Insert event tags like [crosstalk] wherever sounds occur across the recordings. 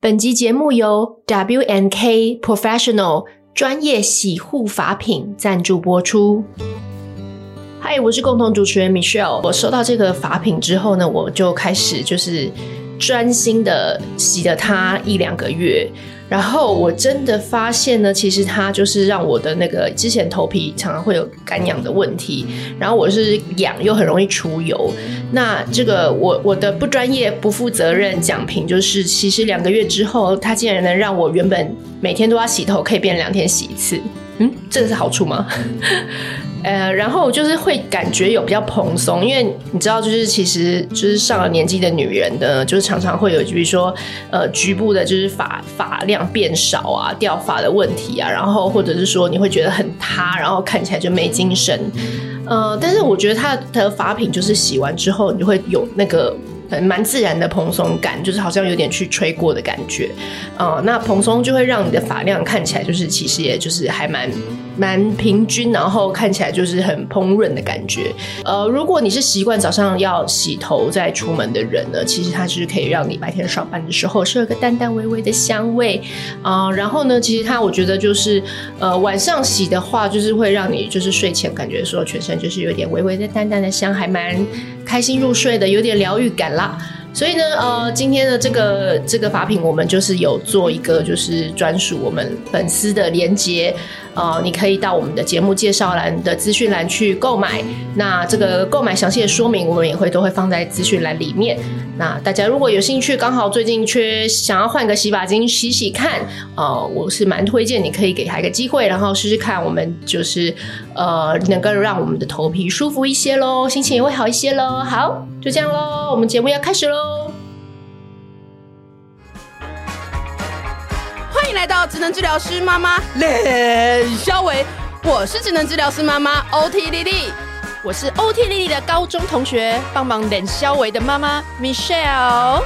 本集节目由 W N K Professional 专业洗护法品赞助播出。嗨，我是共同主持人 Michelle。我收到这个法品之后呢，我就开始就是专心的洗了它一两个月，然后我真的发现呢，其实它就是让我的那个之前头皮常常会有干痒的问题，然后我是痒又很容易出油，那这个我我的不专业、不负责任讲评就是，其实两个月之后，它竟然能让我原本每天都要洗头，可以变两天洗一次。嗯，这是好处吗？ [laughs] 呃，然后就是会感觉有比较蓬松，因为你知道，就是其实就是上了年纪的女人呢，就是常常会有，比如说呃局部的，就是发发量变少啊、掉发的问题啊，然后或者是说你会觉得很塌，然后看起来就没精神。呃，但是我觉得它的发品就是洗完之后，你就会有那个很蛮自然的蓬松感，就是好像有点去吹过的感觉。呃，那蓬松就会让你的发量看起来就是其实也就是还蛮蛮平均，然后看起来就是很蓬润的感觉。呃，如果你是习惯早上要洗头再出门的人呢，其实它是可以让你白天上班的时候是有一个淡淡微微的香味啊、然后呢，其实它我觉得就是呃晚上洗的话，就是会让你就是睡前感觉说全身就是有点微微的淡淡的香，还蛮开心入睡的，有点疗愈感啦。所以呢，呃，今天的这个这个法品，我们就是有做一个就是专属我们粉丝的连接，呃，你可以到我们的节目介绍栏的资讯栏去购买。那这个购买详细的说明，我们也会都会放在资讯栏里面。那大家如果有兴趣，刚好最近缺想要换个洗发精洗洗看，呃，我是蛮推荐你可以给他一个机会，然后试试看，我们就是呃能够让我们的头皮舒服一些喽，心情也会好一些喽。好，就这样喽，我们节目要开始喽。欢迎来到职能治疗师妈妈冷肖维，我是职能治疗师妈妈 OT 丽丽，我是 OT 丽丽的高中同学，帮忙冷肖维的妈妈 Michelle。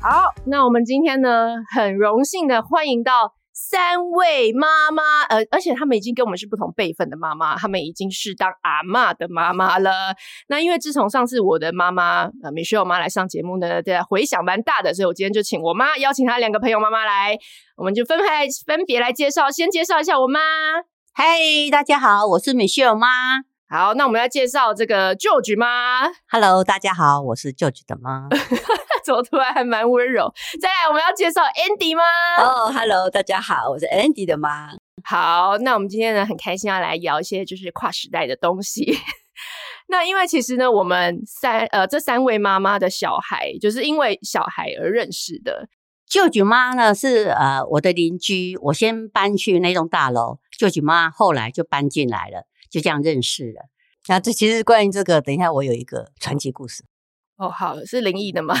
好，那我们今天呢，很荣幸的欢迎到三位妈妈，呃，而且他们已经跟我们是不同辈分的妈妈，他们已经是当阿嬷的妈妈了。那因为自从上次我的妈妈呃米雪我妈来上节目呢，对回响蛮大的，所以我今天就请我妈邀请她两个朋友妈妈来，我们就分派分别来介绍，先介绍一下我妈。嗨，大家好，我是米秀妈。好，那我们要介绍这个 George 妈， Hello，大家好，我是舅舅的 [laughs] 妈。 [laughs] 怎么突然还蛮温柔？再来，我们要介绍 Andy 妈。哦、h e l l o 大家好，我是 Andy 的妈。好，那我们今天呢很开心要来聊一些就是跨时代的东西。 [laughs] 那因为其实呢，我们三呃这三位妈妈的小孩，就是因为小孩而认识的。舅舅妈呢是呃我的邻居，我先搬去那栋大楼，舅舅妈后来就搬进来了，就这样认识了。那这其实关于这个，等一下我有一个传奇故事，哦，好，是灵异的 [laughs] 吗？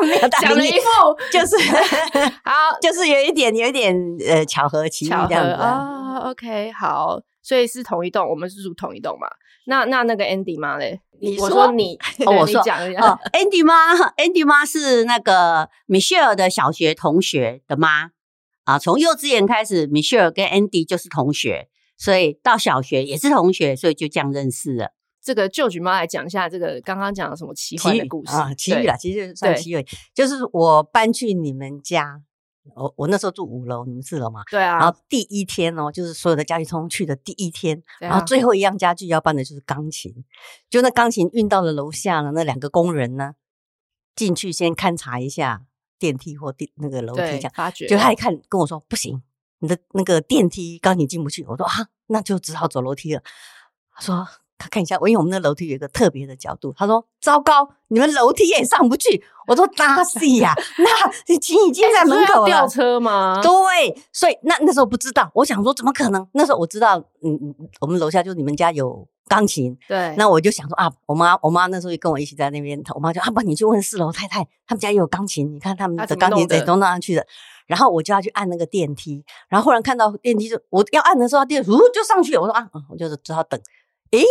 没有 [laughs] 大讲了灵异一副就是 [laughs] 好就是有一点有一点呃巧合奇遇巧合这样子啊、啊、哦。OK，好，所以是同一栋，我们是住同一栋嘛？那那那个 Andy 妈嘞？你我说说 [laughs] 你，哦对我你说讲一下。哦，Andy 妈，Andy 妈是那个 Michelle 的小学同学的妈啊，从幼稚园开始，Michelle 跟 Andy 就是同学，所以到小学也是同学，所以就这样认识了。这个舅舅妈来讲一下这个刚刚讲的什么奇幻奇的遇故事啊，奇遇对啦，其实算对奇遇，就是我搬去你们家，我我那时候住五楼，你们四楼嘛。对然啊，后第一天哦，就是所有的家具通通去的第一天，对然后啊最后一样家具要搬的就是钢琴，就那钢琴运到了楼下呢，那两个工人呢进去先勘察一下电梯或地那个楼梯这对样，发觉就他一看跟我说不行，你的那个电梯钢琴进不去，我说啊，那就只好走楼梯了。他说他看一下，因为我们那楼梯有一个特别的角度，他说糟糕，你们楼梯也上不去。我说哪是呀、那琴已经在门口哎所以要了。吊车吗？对，所以那那时候不知道，我想说怎么可能？那时候我知道，嗯，嗯我们楼下就是你们家有钢琴，对，那我就想说啊，我妈我妈那时候也跟我一起在那边，我妈就啊，不，你去问四楼太太，他们家也有钢琴，你看他们她的怎么钢琴弄的怎都弄上去的。然后我就要去按那个电梯，然后忽然看到电梯就我要按的时候，电梯呜就上去了。我说啊，嗯我就只好等。诶，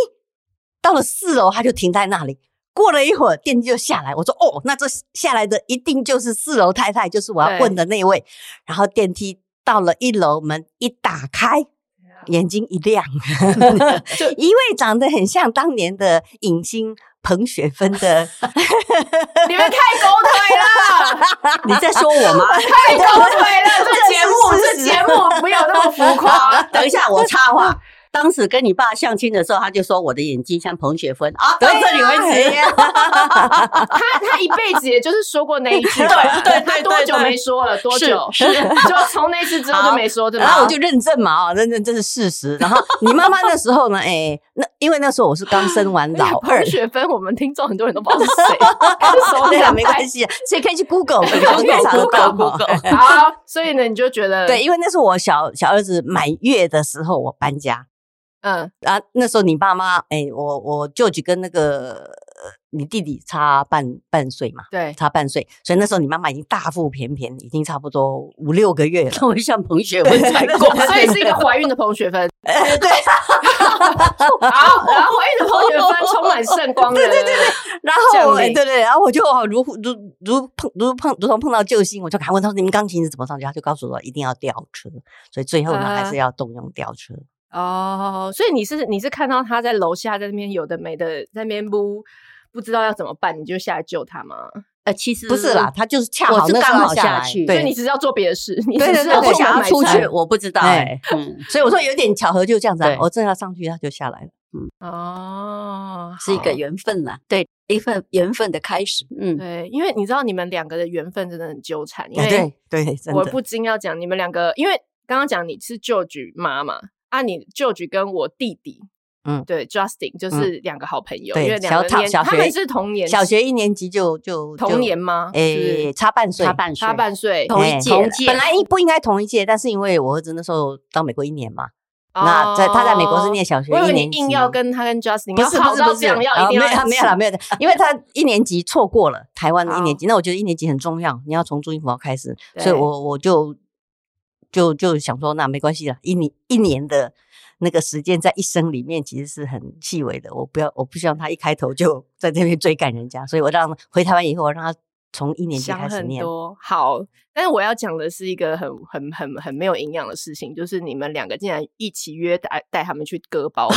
到了四楼，它就停在那里。过了一会儿，电梯就下来。我说哦，那这下来的一定就是四楼太太，就是我要问的那位。然后电梯到了一楼，门一打开，眼睛一亮，一位长得很像当年的影星彭雪芬的 [laughs] 你们太狗腿了。 [laughs] 你在说我吗？太狗腿了，这这节目是这事实节目没有那么浮 [laughs] 夸。等一下，我插话。当时跟你爸相亲的时候，他就说我的眼睛像彭雪芬啊，到这里为 [laughs] 止。他他一辈子也就是说过那一句吧， [laughs] 对对对他多久对没说了？多是久？是 [laughs] 就从那次之后就没说，对吧？然后我就认证嘛，啊，认证这是事实。然后你妈妈那时候呢，哎，那因为那时候我是刚生完哎呀老二彭，雪芬，我们听众很多人都不知道是 [laughs] 谁，熟对啊，哦两没百关系啊，所以可以去 Google，可以永远查得到 Google，哈。好，所以呢，你就觉得对，，因为那是我小小儿子满月的时候，我搬家。嗯，啊，那时候你爸妈，哎、我我舅舅跟那个呃你弟弟差半半岁嘛，对，差半岁，所以那时候你妈妈已经大腹便便，已经差不多五六个月了。那我像彭雪芬才过。所以是一个怀孕的彭雪芬， [laughs] 哎，对， [laughs] 好，然后怀孕的彭雪芬充满圣光 [laughs] 的，对对对，然降后哎、临对对，然后我就如如如碰如碰如同碰到救星，我就赶快问他说你们钢琴是怎么上去，他就告诉我一定要吊车，所以最后呢、还啊是要动用吊车。哦，所以你是你是看到他在楼下在那边有的没的在那边不不知道要怎么办，你就下来救他吗？ [laughs] 呃，其实不嗯是啦，，他就是恰我好是那时刚候好要下来去所对以你只是要做别的事， [laughs] 你对只对是对要我去想买要出菜去我不知道哎哎。嗯，所以我说有点巧合，就这样子、啊对，我正要上去，他就下来了。哦，是一好个缘分啦，对，一份缘分的开始。嗯，对，因为你知道你们两个的缘分真的很纠缠，因哎为对对，真我的不禁要讲你们两个，因为刚刚讲你是舅舅妈妈啊，你舅舅跟我弟弟，嗯对，Justin 就是两个好朋友，对因为两个小年小他学们是同年，小学一年级就就就同年吗？诶、哎，差半岁，差半岁，差半岁，同一哎届啦本哦来应不应该同一届，但是因为我儿子那时候到美国一年嘛，那在他在美国是念小小学哦我以一为年你级，硬要跟他跟 Justin 不要是好不是到不这是，样，要啊一定要没有一没有啦起 [laughs] 没有的，因为他一年级错过了台湾的一年级，那我觉得一年级很重要，你要从注音符号开始，所以哦对我我就就就想说，那没关系了，一年一年的。那个时间在一生里面其实是很细微的，我不要，我不希望他一开头就在这边追赶人家，所以我让回台湾以后，我让他从一年级想开始很念。多。好，但是我要讲的是一个很很很很没有营养的事情，就是你们两个竟然一起约带带他们去割 [laughs] 包皮，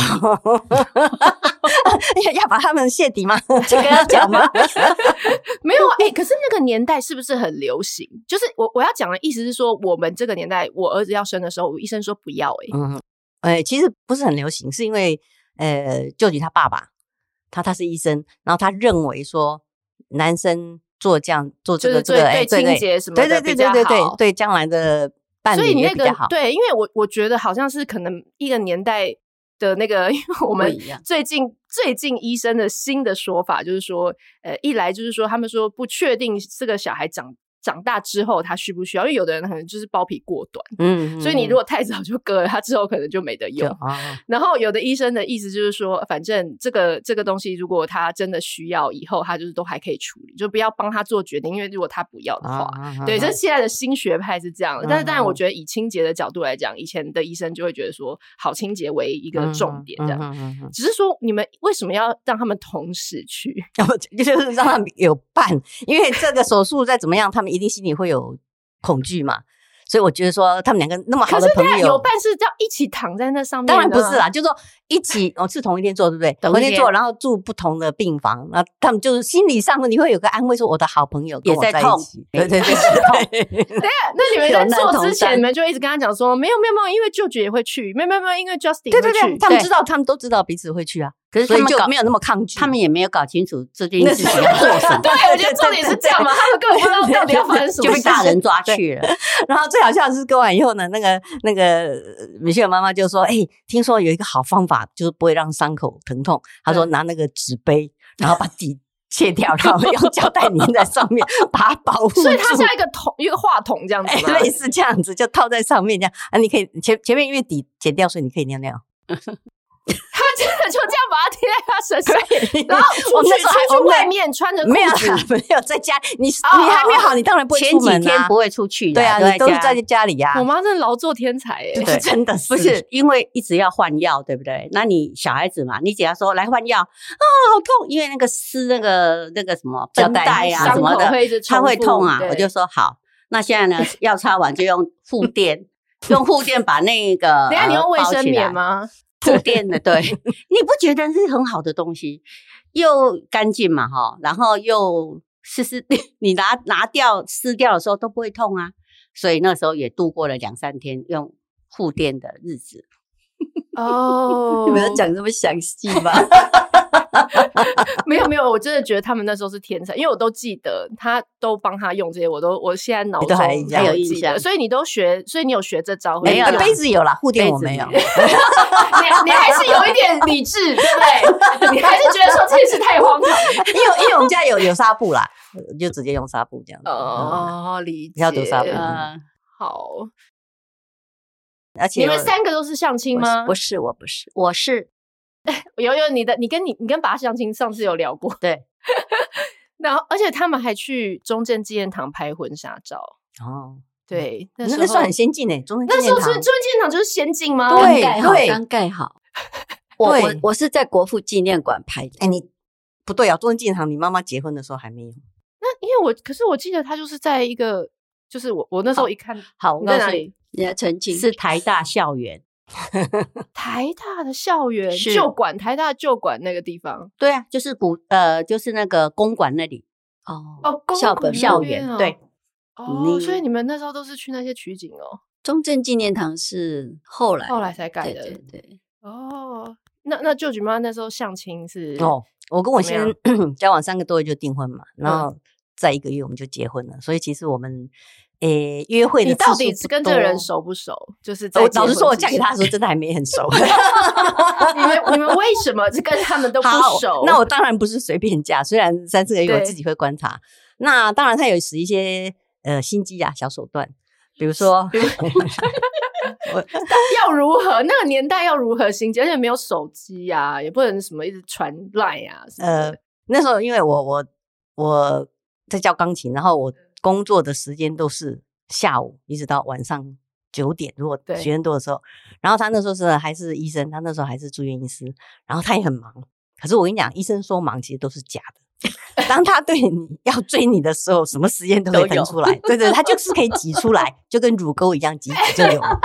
[laughs] 要要把他们 [laughs] 泄底吗？这个要 [laughs] 讲吗？没有啊，哎、可是那个年代是不是很流行？就是我我要讲的意思是说，我们这个年代，我儿子要生的时候，我医生说不要、哎、嗯，哎、其实不是很流行，是因为呃，舅舅他爸爸，他他是医生，然后他认为说男生做这样做这就个是这对个，哎对清洁什么对的对比对较对好。对对对，将来的伴所以侣你也那比较个好。对，因为我我觉得好像是可能一个年代的那个，因 [laughs] 为我们不一样最近最近医生的新的说法就是说，呃，一来就是说他们说不确定这个小孩长长大之后他需不需要，因为有的人可能就是包皮过短，嗯所以你如果太早就割了，他之后可能就没得有用。啊，然后有的医生的意思就是说，反正这个这个东西，如果他真的需要，以后他就是都还可以处理，就不要帮他做决定，因为如果他不要的话，啊对，这是现在的新学派是这样的。但是当然，我嗯嗯觉得以清洁的角度来讲，以前的医生就会觉得说，好清洁为一嗯个重点，这样。样。只是说，你们为什么要让他们同时去？要不 [laughs] 就是让他们有伴，因为这个手术再怎么样，他们一定心里会有恐惧嘛。所以我觉得说，他们两个那么好可的是朋他友，有伴是要一起躺在那上面的当啊，然不是啦，就是说一起哦，是同一天做，对不对？同一同天天做，然后住不同的病房，那他们就是心理上你会有个安慰，说我的好朋友跟也我在在痛一起，对对对对对，对啊，那你们在有难做同之前，当你们就一直跟他讲说，没有没有没有，因为舅舅也会去，没有没有没有，因为 Justin 对会对去对，他们对知道，他们都知道彼此会去啊，可是所他以们就搞没有那么抗拒。他们也没有搞清楚这件那事是情要做 [laughs] 什么，对，我觉得重点是这样嘛，他们根本不知道到底要发生什就么被事。大人抓去了。然后最好笑的是割完以后呢，那个那个呃米歇尔妈妈就说：“哎、听说有一个好方法，就是不会让伤口疼痛。”她嗯说：“拿那个纸杯，然后把底切掉，然后用胶带粘在上 [laughs] 面，把它保护住。”所以它像一个桶，一个话筒这样子哎，嘛。 [laughs] 类似这样子，就套在上面这样啊。你可以前前面因为底剪掉，所以你可以尿尿。他真的就这样把它贴在他身上， [laughs] 然后出我去那时候还出去我那外面穿着裤没有子啦，没有在家，你哦你还没好，你当然不会前出几门天啊不。会出去的，对啊，你都是在家家里呀 [laughs] 我。妈真的劳作天才哎、啊对，真的不是因为一直要换药，对不对？那你小孩子嘛，你只要说来换药啊，好痛，因为那个撕那个那个什么胶绷带带啊伤什口么的，会一直重他复会痛啊对，我就说好，那现 [laughs] 在呢，药擦完就用护垫，用护垫把那个等一下你用呃卫包生起来棉 [laughs] 吗？ [laughs] 铺垫的，对，你不觉得是很好的东西，又干净嘛哈，然后又撕撕， [laughs] 你拿拿掉撕掉的时候都不会痛啊。所以那时候也度过了两三天用护垫的日子。哦， [laughs] 你们要讲这么详细 [laughs] 吗？没有没有，我真的觉得他们那时候是天才，因为我都记得，他都帮他用这些，我都我现在脑你中都还印象有记还有印得，象所以你都学，所以你有学这招，没有你啦杯子有啦，护垫我没有。你你还是有一点理智，对不对？你还是觉得说这件事太荒唐了。因为因为我们家有有纱布啦，就直接用纱布这样子。 [laughs] 嗯，哦，理解。要读啥嗯呃，好，而且你们我三个都是相亲我吗是？不是，我不是。我是有有你的，你跟你你跟拔相亲上次有聊过，对。 [laughs] 然后，而且他们还去中正纪念堂拍婚纱照，哦，对，那那时候那算很先进诶，中正纪嗯那时念候是中堂正。纪念堂就是先进吗？对，对对盖好，刚盖好。我我对我是在国父纪念馆拍的，哎，你不对啊，中正纪念堂，你妈妈结婚的时候还没有。因为我可是我记得他就是在一个，就是我我那时候一看好，我哦你告在哪诉里？人家澄清你，是台大校园。台大的校园是旧馆，台大旧馆那个地方对啊，就是古呃，就是那个公馆那里。哦哦，公校馆本那校边园哦对哦，你所以你们那时候都是去那些取景哦，中正纪念堂是后来嗯后来才盖对的对对，哦。那那舅舅妈那时候相亲是哦，我跟我怎先么样嗯生 [coughs] 交往三个多月就订婚嘛，然后在一个月我们就结婚了，所以其实我们诶约会你的到次数底不是跟这个人多熟不 [laughs] 熟？就是在我结老实婚说，我之嫁给前他的时候真的还没 [laughs] 很熟。 [laughs] 你们你们为什么是跟他们都不好熟？ [laughs] 那我当然不是随便嫁，虽然三四个月我自己会观察。那当然，他有使一些呃心机啊、小手段，比如说 [laughs] 要如何？那个年代要如何行进？而且没有手机呀、也不能什么一直传啊赖呀。呃，那时候因为我我我在教钢琴，然后我工作的时间都是下午一直到晚上九点，如果对学生多的时候。然后他那时候是还是医生，他那时候还是住院医师，然后他也很忙。可是我跟你讲，医生说忙其实都是假的。当他对你要追你的时候，什么时间都会都有腾出来，对对，他就是可以挤出来，就跟乳沟一样挤挤就有了。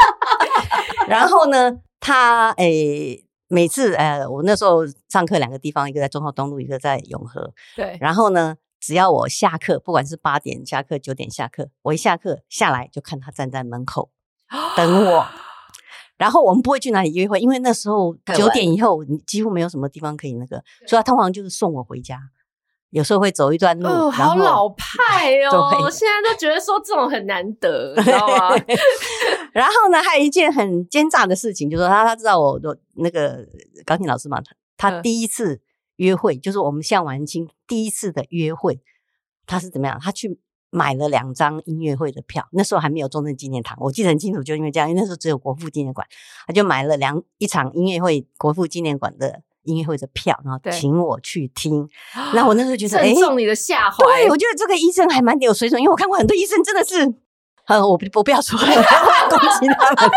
然后呢，他诶、每次呃，我那时候上课两个地方，一个在中华东路，一个在永和。对，然后呢，只要我下课，不管是八点下课、九点下课，我一下课下来就看他站在门口啊等我。 [laughs] 然后我们不会去哪里约会，因为那时候太晚九点以后，你几乎没有什么地方可以那个，所以他通常就是送我回家。有时候会走一段路，哦，然好后老派哦！ [laughs] 对我现在都觉得说这种很难得，你知道吗？ [laughs] [laughs] 然后呢，还有一件很奸诈的事情，就是说他他知道我的那个钢琴老师嘛，他他嗯第一次约会，就是我们向晚清第一次的约会，他是怎么样？他去买了两张音乐会的票，那时候还没有中正纪念堂，我记得很清楚，就因为这样，因为那时候只有国父纪念馆，他就买了两一场音乐会，国父纪念馆的音乐会的票，然后对啊请我去听。那我那时候觉得，哎正，中你的下怀。对，我觉得这个医生还蛮有水准，因为我看过很多医生，真的是，呃，我不我不要说，攻击他们。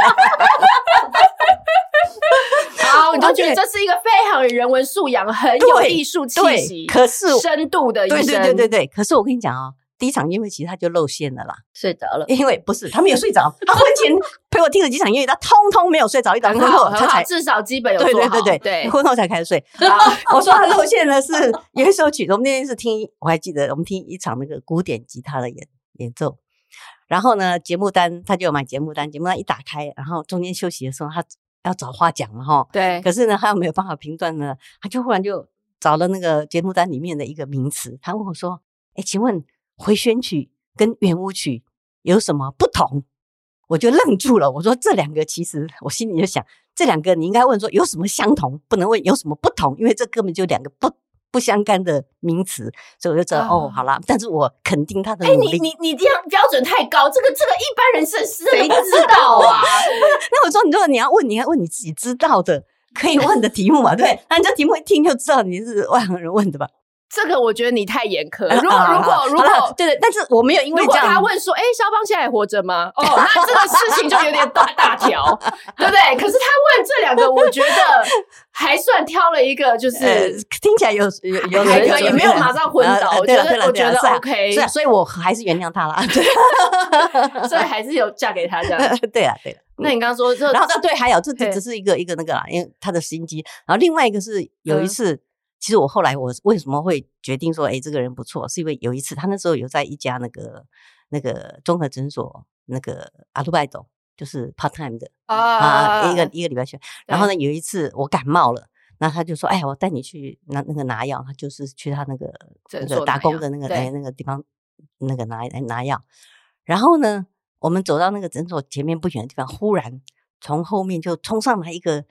好，你就而觉得且这是一个非常有人文素养、很有对艺术气对息、可是深度的医对生。对对对对，可是我跟你讲哦，第一场音乐会其实他就露馅了啦，睡着了。因为不是他没有睡着，他婚前陪我听了几场音乐，他通通没有睡着，一场很婚后好，他很好，才。至少基本有对做对好。对对对，婚后才开始睡。好我说他露馅了是有一首曲子，我们那天是听，我还记得我们听一场那个古典吉他的演演奏，然后呢节目单他就有买节目单，节目单一打开，然后中间休息的时候他要找话讲了哈，对可是呢，他又没有办法评断呢，他就忽然就找了那个节目单里面的一个名词，他问我说：“哎，请问回旋曲跟圆舞曲有什么不同？”我就愣住了，我说：“这两个其实我心里就想，这两个你应该问说有什么相同，不能问有什么不同，因为这根本就两个不。”不相干的名词，所以我就知道、哦，啊好啦，但是我肯定他的哎、努你力。你你这样标准太高，这个这个一般人是谁知道 [laughs] 啊？那我说，你如果你要问，你要问你自己知道的，可以问的题目嘛，对不对？那你这题目一听就知道你是外行人问的吧？这个我觉得你太严苛啊。如果啊如好果如好啦果对对，但是我没有因为如这果样，他问说，哎、肖邦现在还活着吗？哦，那这个事情就有点大大条，对不对？可是他问这两个，我觉得还算挑了一个，就是。呃，听起来有有呃有还水可以准没有对马上昏呃倒呃我对觉了得对了我对了觉得是啊 OK 是啊，所以我还是原谅他啦。 [laughs] 对所以还是有嫁给他这样。对啊对了。那你刚刚说这，然后对，还有这这对只是一个一个那个啦，因为他的心机。然后另外一个是有嗯一次，其实我后来我为什么会决定说，哎，这个人不错，是因为有一次他那时候有在一家那个那个综合诊所那个阿鲁拜斗，就是 part time 的啊，一个一个礼拜去。然后呢，有一次我感冒了。那他就说：“哎，我带你去拿那个拿药。”他就是去他那个诊那所个打拿工药的那个对哎那个地方那个拿拿药。然后呢，我们走到那个诊所前面不远的地方，忽然从后面就冲上来一个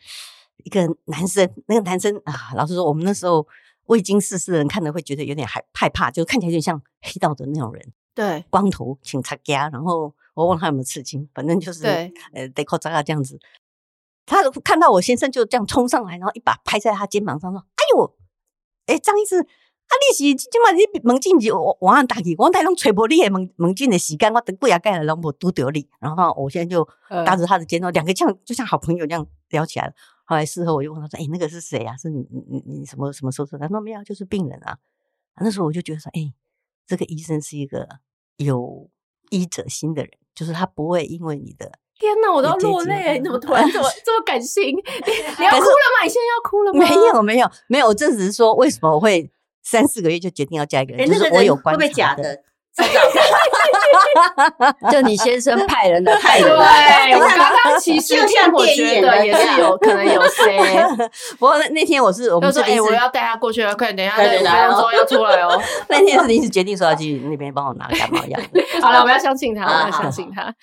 一个男生。那个男生啊，老实说，我们那时候未经世事的人看了会觉得有点害害怕，就看起来有点像黑道的那种人，嗯对光头、警察家，然后我忘了他有没有刺青，反正就是对，呃得扣扎啊这样子。他看到我先生就这样冲上来，然后一把拍在他肩膀上说：“哎呦，哎、张医师，啊你是今嘛你门禁是我我按打去，我带拢揣无你的门门禁的时间，我等几啊盖了拢无拄到你。”然后我现在就呃搭着他的肩头，两个这样就像好朋友这样聊起来了。后来事后我就问他说：“哎、那个是谁啊？是你你你你什么什么时候？”他说：“没有，就是病人啊。”啊那时候我就觉得说：“哎、这个医生是一个有医者心的人，就是他不会因为你的天哪，我都要有阶落级泪！嗯你怎么突然这么这么感性？你你要可哭是了吗？你现在要哭了吗？没有，没有，没有，我这只是说为什么我会三四个月就决定要嫁一哎个人，就哎那是个我有人观会察不会假的？的？制造就你先生 [laughs] 派 [laughs] 人来哎派派人人来，对，我刚刚其实就像我电觉影得的也这是样有可能有些。不过那天我 [laughs] 是就我们说：“这哎、边我是要带他过去了，快点，等一下快在五点分来钟哦之后要出来 [laughs] 哦。那天是临时决定说要去那边帮我拿感冒药。好了，我们要相信他，我们要好相信他。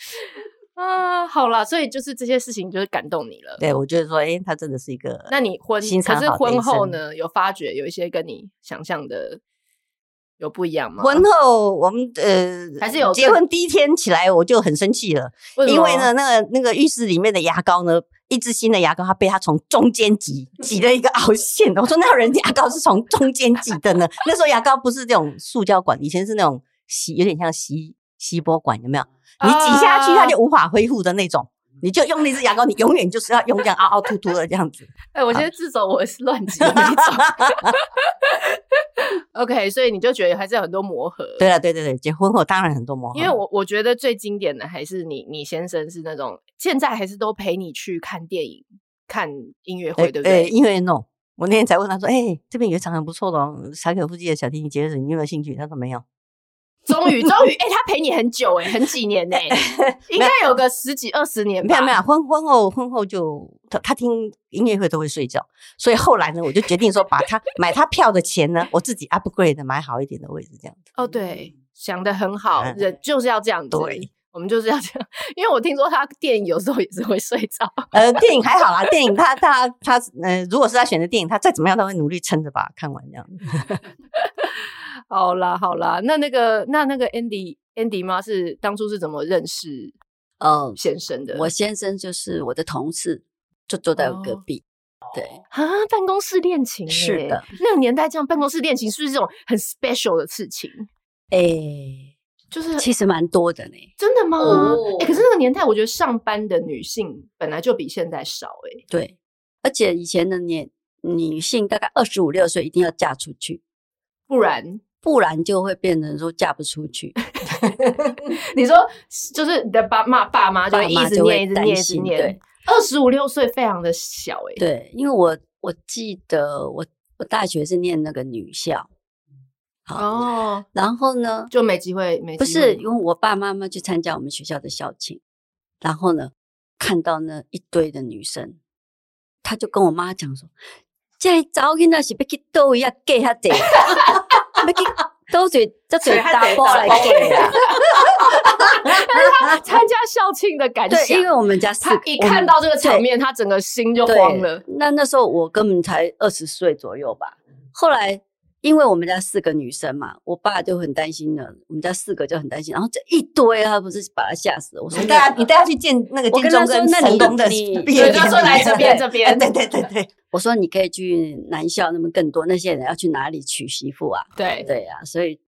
啊，好了，所以就是这些事情就是感动你了。对，我觉得说，哎，他真的是一个，那你婚心可肠是好的婚医后生呢，有发觉有一些跟你想象的有不一样吗？婚后我们呃还是有结更婚第一天起来我就很生气了，为什因为么呢，那个那个浴室里面的牙膏呢，一支新的牙膏，它被它从中间 [laughs] 挤挤了一个凹陷。 [laughs] 我说，那有人牙膏是从中间挤的 [laughs] 呢？那时候牙膏不是这种塑胶管，以前是那种吸，有点像吸吸波管，有没有？哦你挤下去，它就无法恢复的那种。你就用那支牙膏，你永远就是要用这样凹凹凸凸的这样 [laughs] 子。哎、我觉啊得自首我是乱挤的那 [laughs] 种。OK，所以你就觉得还是有很多磨合。对了，对对对，结婚后当然很多磨合，因为我我觉得最经典的还是你，你先生是那种现在还是都陪你去看电影、看音乐会，对对不对，对？因为 no，我那天才问他说，哎、这边有一场很不错的哦，柴可夫妻的小提琴节日，你有没有兴趣？他说没有。终于，终于，哎、他陪你很久、哎，很几 [laughs] 年呢、应该有个十几二十年吧。没有没有，婚婚后婚后就他他听音乐会都会睡觉，所以后来呢，我就决定说把他买他票的钱呢，我自己 upgrade 买好一点的位置这样子。哦，对，想的很好，嗯人就是要这样子。对。我们就是要这样，因为我听说他电影有时候也是会睡着。 [laughs] 呃，电影还好啦，电影他他他呃，如果是他选的电影，他再怎么样他会努力撑着把它看完这样子。好啦好啦，那那个那那个 Andy Andy 妈是当初是怎么认识哦，先生的？我先生就是我的同事，就坐在我哦隔壁。对，啊，办公室恋情是耶的，那个年代这样办公室恋情是不是这种很 special 的事情？哎诶，就是其实蛮多的呢。真的吗？哎、哦可是那个年代，我觉得上班的女性本来就比现在少哎、对，而且以前的年女性大概二十五六岁一定要嫁出去，不然不然就会变成说嫁不出去。你说就是你的爸妈爸妈就爸会一妈直就念会一直担念一直心念对，二十五六岁非常的小哎、对，因为我我记得我我大学是念那个女校，好，哦，然后呢，就没机会没不机会是因为我爸妈妈去参加我们学校的校庆，然后呢，看到那一堆的女生，他就跟我妈讲说：“这早囡仔是要去倒位啊嫁遐济， [laughs] 要去倒嘴这嘴大波来嫁啊。他参加校庆的”感 [laughs] 对，想因。为我们家四他个一我们看到这个场对面，他整个心就对，慌了。那那时候我根本才二十岁左右吧。后来因为我们家四个女生嘛，我爸就很担心了，我们家四个就很担心。然后这一堆啊，不是把他吓死。我说你带他你带他去见那个我建跟中他说跟那成你功的你毕业对他说来这边这 [laughs] 边对对对对，我说你可以去南校，那么更多那些人要去哪里娶媳妇啊？对对啊，所以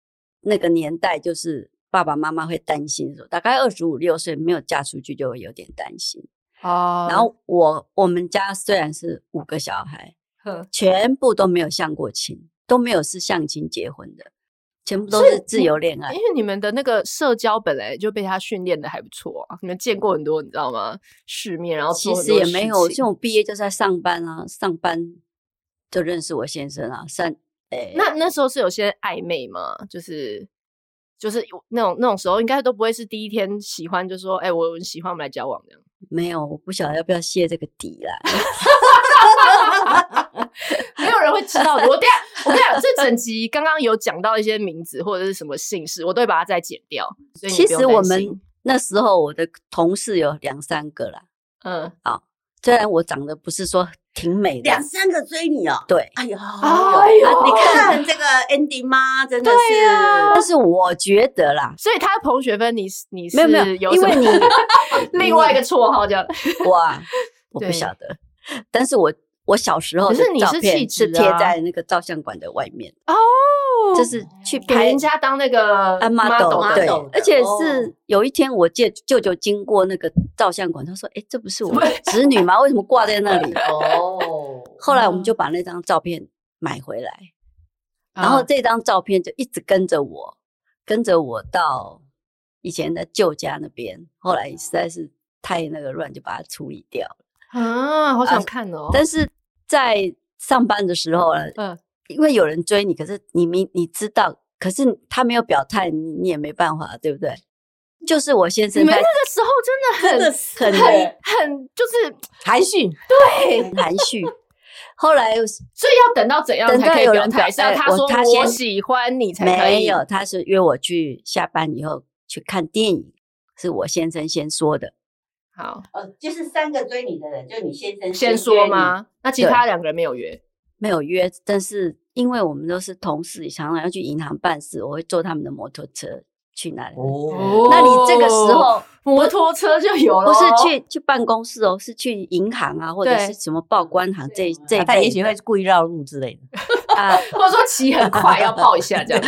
那个年代就是爸爸妈妈会担心说，大概二十五六岁没有嫁出去就会有点担心。哦然后我我们家虽然是五个小孩，哼全部都没有相过亲，都没有是相亲结婚的，全部都是自由恋爱因。为你们的那个社交本来就被他训练的还不错啊，你们见过很多，你知道吗？世面，然后其做很实哎多也没有，事情像我毕业就是在上班啊，上班就认识我先生啊，三哎诶、那那时候是有些暧昧吗？就是就是有那种那种时候，应该都不会是第一天喜欢就说，哎、我很喜欢，我们来交往这样。没有，我不晓得要不要泄这个底啦。没有人会知道的。我等一下，我跟你讲，这整集刚刚有讲到一些名字或者是什么姓氏，我都会把它再剪掉。所以你其不用实担我心们那时候我的同事有两三个啦，嗯虽然我长得不是说挺美的两，三个追你哦，对，哎呦，哎呦啊你看这个 Andy 妈真的是，啊但是我觉得啦，所以他的同学分你是你是没有没有因什么为 [laughs] 另外一个绰号这样，哇，我不对晓得，但是我我小时候可的是你照是气片质是贴啊在那个照相馆的外面，就就是是去给拍人家当那个按 model 斗的对，model 的，而且哦是有一天我舅舅舅经过那个照相馆，他说：“哎，这不是我的侄女吗？为什么挂在那里哦，？”后来嗯我们就把那张照片买回来，啊然后这张照片就一直跟着我，跟着我到以前的舅家那边，后来实在是太那个乱，就把它处理掉了。啊，好想看哦。但是在上班的时候呢，嗯，因为有人追你，可是你明你知道，可是他没有表态，你你也没办法，对不对？就是我先你生们在那个时候真的很 [laughs] 很很就是，韩讯很含蓄，后来又是所以要等到怎样等才可到以有表人态？表是要态他我说他我先喜欢你才可以没有，他是约我去下班以后去看电影，是我先生先说的。好呃，就是三个追你的人，就你先生先约说你？吗？那其对他两个人没有约没有约，但是因为我们都是同事，常常要去银行办事，我会坐他们的摩托车去那里。哦，嗯那你这个时候哦摩托车就有了，哦不是去去办公室哦，是去银行啊，或者对是什么报关行这啊这一啊他类也许的会故意绕路之类的。啊，或者说骑很快要抱一下 [laughs] 这样。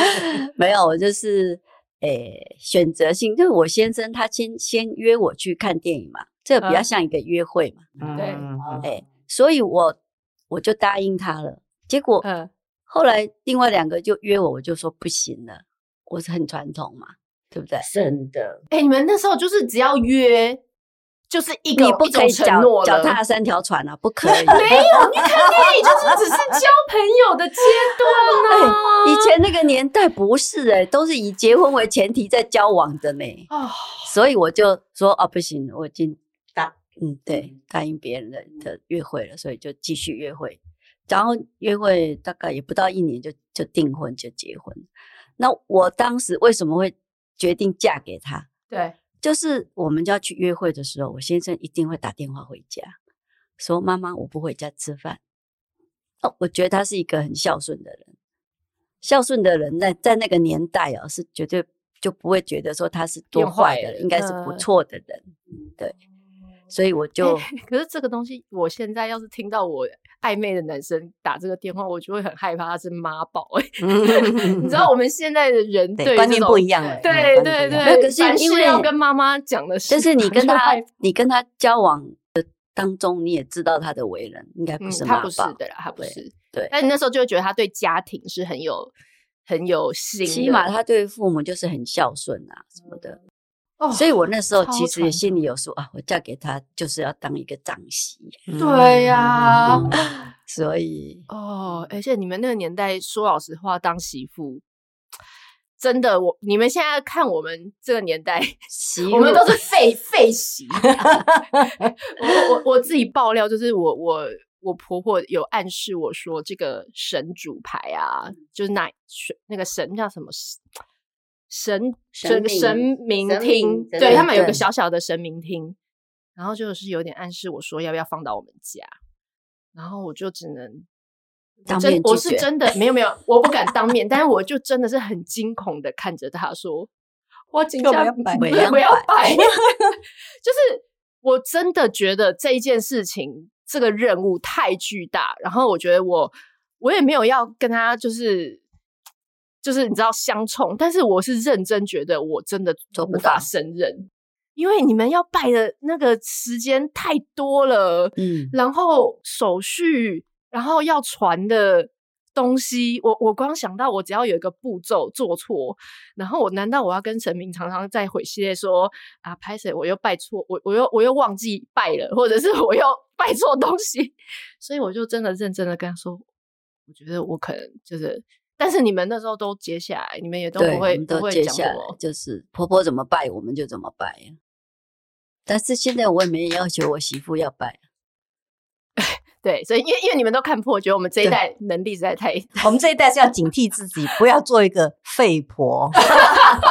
没有，我就是诶、选择性，就是我先生他先先约我去看电影嘛，这个比较嗯像一个约会嘛，哦对嗯诶、所以我我就答应他了。结果嗯，后来另外两个就约我，我就说不行了，我是很传统嘛，对不对？真的，哎、你们那时候就是只要约，就是一个你不哦一种可以承脚诺脚了踏三条船啊，不可 [laughs] 以。没有，你看电影就是只是交朋友的阶段呢、以前那个年代不是诶、都是以结婚为前提在交往的呢。哦，所以我就说啊，不行，我已经答，嗯，对，答应别人的的约会了，所以就继续约会，然后约会大概也不到一年就就订婚就结婚。那我当时为什么会决定嫁给他？ [laughs] 对，就是我们就要去约会的时候，我先生一定会打电话回家，说：“妈妈，我不回家吃饭。”哦，我觉得他是一个很孝顺的人，孝顺的人在在那个年代哦，是绝对就不会觉得说他是多变坏坏的了人，应该是不嗯哦错的人，对。所以我就 [laughs] 可是这个东西，我现在要是听到我暧昧的男生打这个电话，我就会很害怕他是妈宝、 [laughs] 欸。 [laughs] 你知道我们现在的人对对观这念种不一样了嗯观嗯对念对不一样没对，有可是凡因事为要跟妈妈讲的事，但是你跟 [laughs] 就他害，你跟他交往的当中，你也知道他的为人，应该不嗯是，他妈宝。不是的啦，他不对是。对但你那时候就会觉得他对家庭是很有很有心的，起码他对父母就是很孝顺啊什么的。哦所以我那时候超其实传也心里有数啊，我嫁给他就是要当一个长媳，对呀、 [laughs] 所以哦，而且你们那个年代，说老实话，当媳妇真的，我你们现在看我们这个年代， [laughs] 媳我们妇都是废废媳。我我我自己爆料，就是我我我婆婆有暗示我说，这个神主牌啊，就是那神那个神叫什么神神神神明神厅，明神对明他们有个对小小的神明厅，然后就是有点暗示我说要不要放到我们家，然后我就只能。我当真面我拒是绝真的没有没有，我不敢当面，但是我就真的是很惊恐的看着他说：“我紧要不张要摆不不要要摆摆。” [laughs] 就是我真的觉得这一件事情，这个任务太巨大，然后我觉得我我也没有要跟他就是就是你知道相冲，但是我是认真觉得我真的做无不法到胜任，因为你们要拜的那个时间太多了， [laughs] 嗯，然后手续，然后要传的东西，我我光想到我只要有一个步骤做错，然后我难道我要跟神明常常在毁谢说啊，拍谁我又拜错，我我又我又忘 [laughs] 记拜了，或者是我又拜错东西，所以我就真的认真的跟他说，我觉得我可能就是，但是你们那时候都接下来，你们也都对，不我会们不都会接讲下什来么，就是婆婆怎么拜我们就怎么拜啊。但是现在我也没要求我媳妇要拜，对，所以因为因为你们都看破，觉得我们这一对代能力实在太 [laughs] 我们这一代是要警惕自己，不要做一个废婆，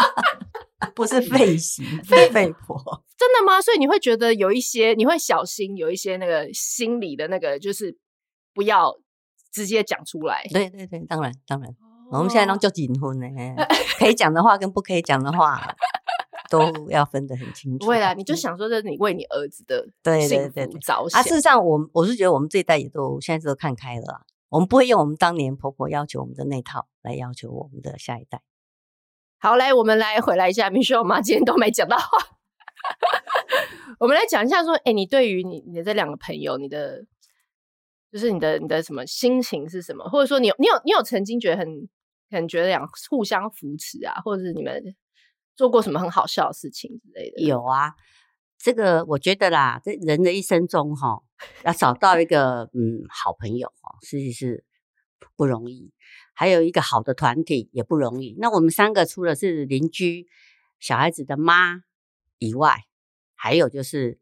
[laughs] 不是废媳，是废婆。 [laughs] 真的吗？所以你会觉得有一些，你会小心有一些那个心理的那个，就是不要直接讲出来。对对对，当然当然，我们现在哦都就结婚呢，可以讲的话跟不可以讲的话都要分得很清楚。不会啦，你就想说这是你为你儿子的嗯对对幸对福对着想。啊，事实上我们我是觉得我们这一代也都现在都看开了啊、我们不会用我们当年婆婆要求我们的那套来要求我们的下一代。好，来，我们来回来一下，米秀妈今天都没讲到话。 [laughs] 我们来讲一下，说，哎、你对于你你的这两个朋友，你的就是你的你的什么心情是什么？或者说你有你有你有曾经觉得很很觉得两个互相扶持啊，或者是你们做过什么很好笑的事情之类的？有啊，这个我觉得啦，这人的一生中哈、要找到一个嗯好朋友哦，是是不容易，还有一个好的团体也不容易。那我们三个除了是邻居、小孩子的妈以外，还有就是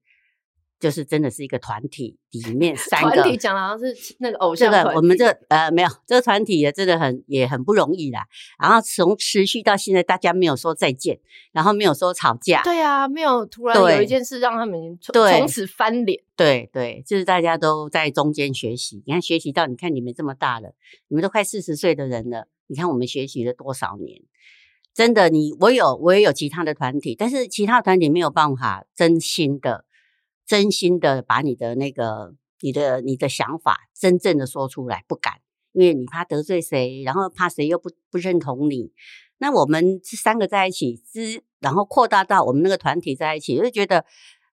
就是真的是一个团体里面三个团体讲的好像是那个偶这像团体，个我们这呃没有这个团体也真的很也很不容易啦。然后从持续到现在，大家没有说再见，然后没有说吵架，对啊，没有突然对有一件事让他们从对从此翻脸，对对，就是大家都在中间学习。你看，学习到你看你们这么大了，你们都快四十岁的人了，你看我们学习了多少年？真的，你我有我也有其他的团体，但是其他团体没有办法真心的、真心的把你的那个、你的、你的想法真正的说出来，不敢，因为你怕得罪谁，然后怕谁又不不认同你。那我们这三个在一起之，然后扩大到我们那个团体在一起，我就觉得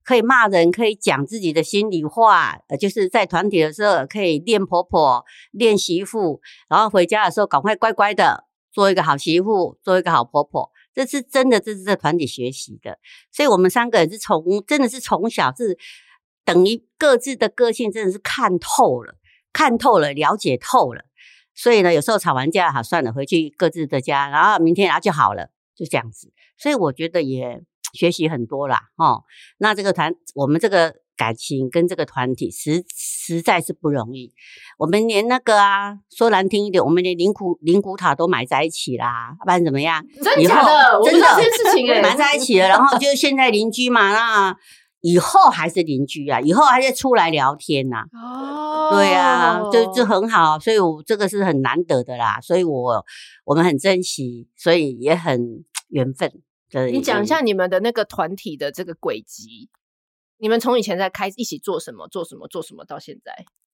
可以骂人，可以讲自己的心里话，呃，就是在团体的时候可以练婆婆、练媳妇，然后回家的时候赶快乖乖的做一个好媳妇，做一个好婆婆。这是真的，这是在团体学习的，所以我们三个人是从真的是从小是等于各自的个性真的是看透了，看透了，了解透了。所以呢，有时候吵完架，好算了，回去各自的家，然后明天啊然后就好了，就这样子。所以我觉得也学习很多啦，哦。那这个团，我们这个感情跟这个团体实实在是不容易。我们连那个啊，说难听一点，我们连灵骨灵骨塔都埋在一起啦，不然怎么样？真的以假后的？我不真知道的这件事 [laughs] 情哎、埋在一起了，然后就是现在邻居嘛，那以后还是邻居啊，以后还是出来聊天呐、哦对啊，就就很好，所以我这个是很难得的啦，所以我我们很珍惜，所以也很缘分。对你嗯讲一下，你们的那个团体的这个轨迹，你们从以前在开一起做什么，做什么，做什么，到现在。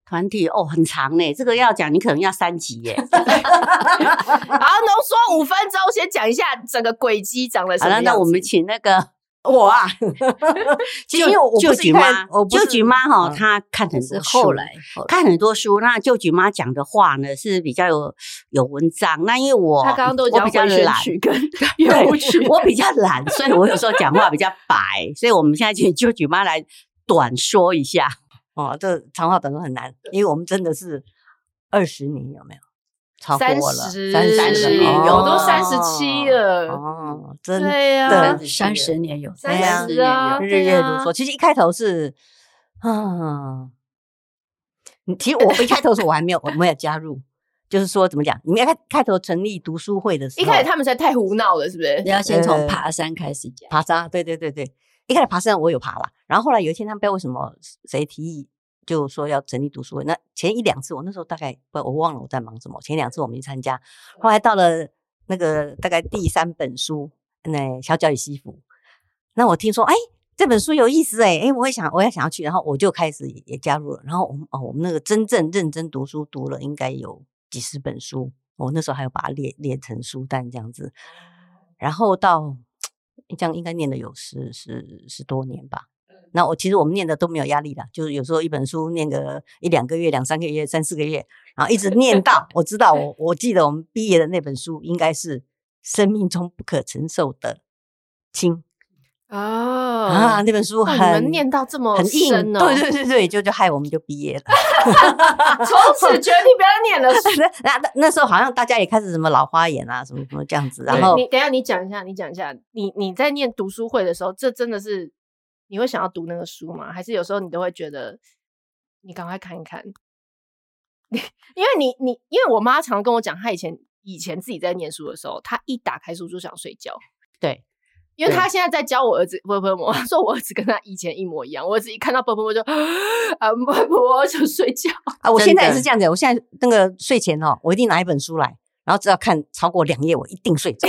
团体哦，很长呢，这个要讲你可能要三集 [laughs] 耶。好，浓缩五分钟，先讲一下整个轨迹长了什好么了，样子。那我们请 [laughs] 那个我啊， [laughs] 其实因为我舅我不是一舅妈开，我，不舅是舅妈哈，嗯她看很是多后书来后来看很多书，那舅舅妈讲的话呢是比较有有文章。那因为我他刚刚都我讲比较官宣懒，曲跟 [laughs] 圆舞曲，我比较懒，所以我有时候讲话比较白，所以我们现在请舅舅妈来短说一下。 [laughs] 哦，这长话短说很难，因为我们真的是二十年有没有？超过三了十30年哦有都三十七了，哦，真的对呀嗯的，三十年有，三对啊十啊，日对月如啊梭。其实一开头是啊，你其实我一开头的时候我还没有，我没有加入。就是说，怎么讲？你们一开开头成立读书会的时候，一开始他们实在太胡闹了，是不是 [laughs] 你？要先从呃爬山开始讲，爬山，对对对对，一开始爬山我有爬啦，然后后来有一天他们不知道为什么谁提议，就说要成立读书会。那前一两次我那时候大概不我忘了我在忙什么，前两次我没去参加，后来到了那个大概第三本书，那《小脚与西服》，那我听说哎。这本书有意思哎、诶哎，我也想，我也想要去，然后我就开始也也加入了。然后我们哦，我们那个真正认真读书读了，应该有几十本书。我那时候还有把它列列成书单这样子。然后到这样应该念了有十十十多年吧。嗯那我其实我们念的都没有压力的，就是有时候一本书念个一两个月、两三个月、三四个月，然后一直念 [laughs] 到我知道我我记得我们毕业的那本书应该是生命中不可承受的轻哦啊，，那本书哇很你们念到这么很硬，深哦对对对对，就就害我们就毕业了。 [laughs] 从此决定不要念了。那那那时候好像大家也开始什么老花眼啊，什么什么这样子，然你后你等一下你讲一下，你讲一下，你你在念读书会的时候，这真的是你会想要读那个书吗？还是有时候你都会觉得你赶快看一看？ [laughs] 因为你你因为我妈常跟我讲，她以前以前自己在念书的时候，她一打开书就想睡觉。对，因为对她现在在教我儿子波波魔，她说我儿子跟他以前一模一样，我儿子一看到波波魔就啊波波就睡觉。啊，我现在也真的是这样子，我现在那个睡前哦，我一定拿一本书来，然后只要看超过两页，我一 [laughs] 定睡着。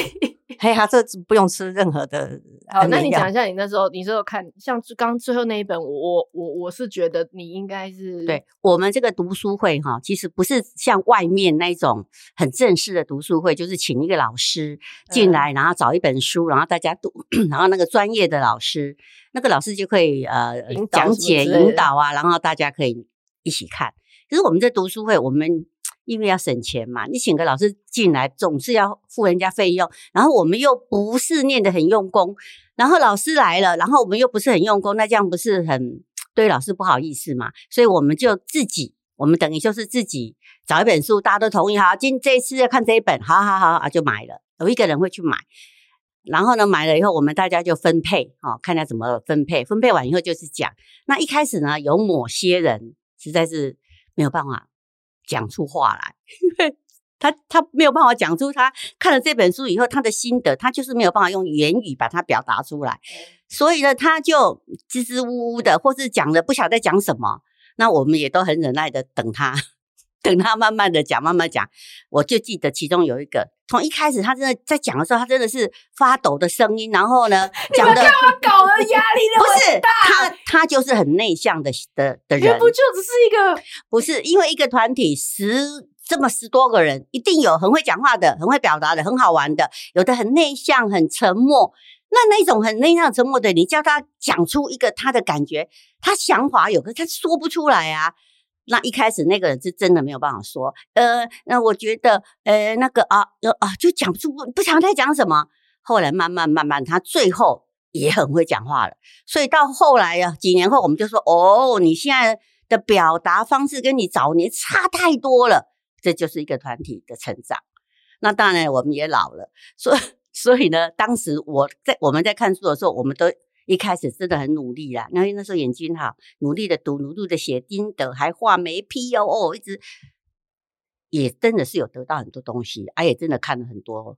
嘿哈，这不用吃任何的好，哦安那眠你药讲一下你那时候，你那时候看，像最刚最后那一本，我我我是觉得你应该是对我们这个读书会哈，其实不是像外面那种很正式的读书会，就是请一个老师进嗯来，然后找一本书，然后大家读， [coughs] 然后那个专业的老师，那个老师就可以呃引导什讲么解、之类的引导啊，然后大家可以一起看。可是我们这读书会，我们因为要省钱嘛，你请个老师进来，总是要付人家费用，然后我们又不是念得很用功，然后老师来了，然后我们又不是很用功，那这样不是很对老师不好意思嘛？所以我们就自己，我们等于就是自己找一本书，大家都同意，好，今这一次要看这一本，好好好啊，就买了。有一个人会去买，然后呢，买了以后，我们大家就分配，哦，看他怎么分配。分配完以后就是讲，那一开始呢，有某些人实在是没有办法讲出话来，因为他他没有办法讲出他看了这本书以后他的心得，他就是没有办法用言语把它表达出来，所以呢，他就支支吾吾的，或是讲的不晓得在讲什么。那我们也都很忍耐的等他， [laughs] 等他慢慢的讲，慢慢讲。我就记得其中有一个，从一开始他真的在讲的时候，他真的是发抖的声音，然后呢，讲的搞得压力不是他，他就是很内向的的的那人，不就只是一个不是因为一个团体十这么十多个人，一定有很会讲话的，很会表达的，很好玩的，有的很内向，很沉默。那那种很内向沉默的，你叫他讲出一个他的感觉，他想法有，可是他说不出来啊。那一开始那个人是真的没有办法说，呃，那我觉得，呃，那个啊，呃啊，就讲不出不不想再讲什么。后来慢慢慢慢，他最后也很会讲话了。所以到后来呀、啊，几年后我们就说，哦，你现在的表达方式跟你早年差太多了，这就是一个团体的成长。那当然，我们也老了，所以所以呢，当时我在我们在看书的时候，我们都一开始真的很努力啦。那因为那时候眼睛好，努力的读，努力的写，盯的还画眉批哦哦，一直也真的是有得到很多东西，啊，也真的看了很多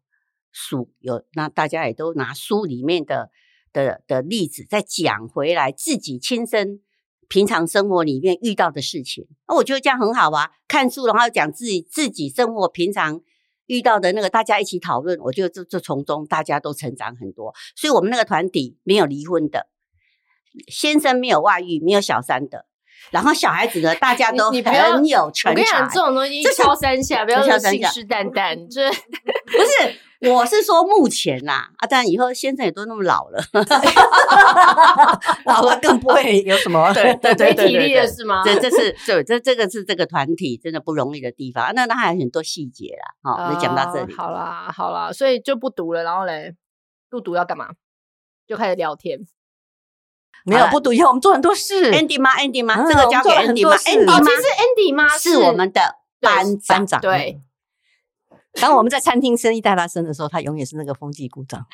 书，有那大家也都拿书里面的的的例子再讲回来，自己亲身平常生活里面遇到的事情，那我觉得这样很好啊。看书然后讲自己自己生活平常遇到的那个，大家一起讨论，我觉得这这从中大家都成长很多。所以我们那个团体没有离婚的，先生没有外遇，没有小三的。然后小孩子呢，大 [laughs] 家你都你不要很有我成才。跟你讲，这种东西一这是敲三下，不要一说敲三信下誓旦旦，这不是，我是说目前啦，啊，当然以后先生也都那么老了，老了更不会有什 [laughs] 么对没体力了是吗？这这是对，这这个是这个团体真的不容易的地方。啊那那还有很多细节啦，哈、哦，就讲到这啊里。好啦好啦，所以就不读了，然后嘞，不读要干嘛？就开始聊天， [laughs] 没有不读以后，我们做很多事。 Andy 吗？Andy 吗？啊嗯这个交给我们 Andy 吗做了很？Andy 多哦，吗其？实 Andy 妈是我们的对班班长，长嗯对，当我们在餐厅生意大大声的时候，他永远是那个风纪股长。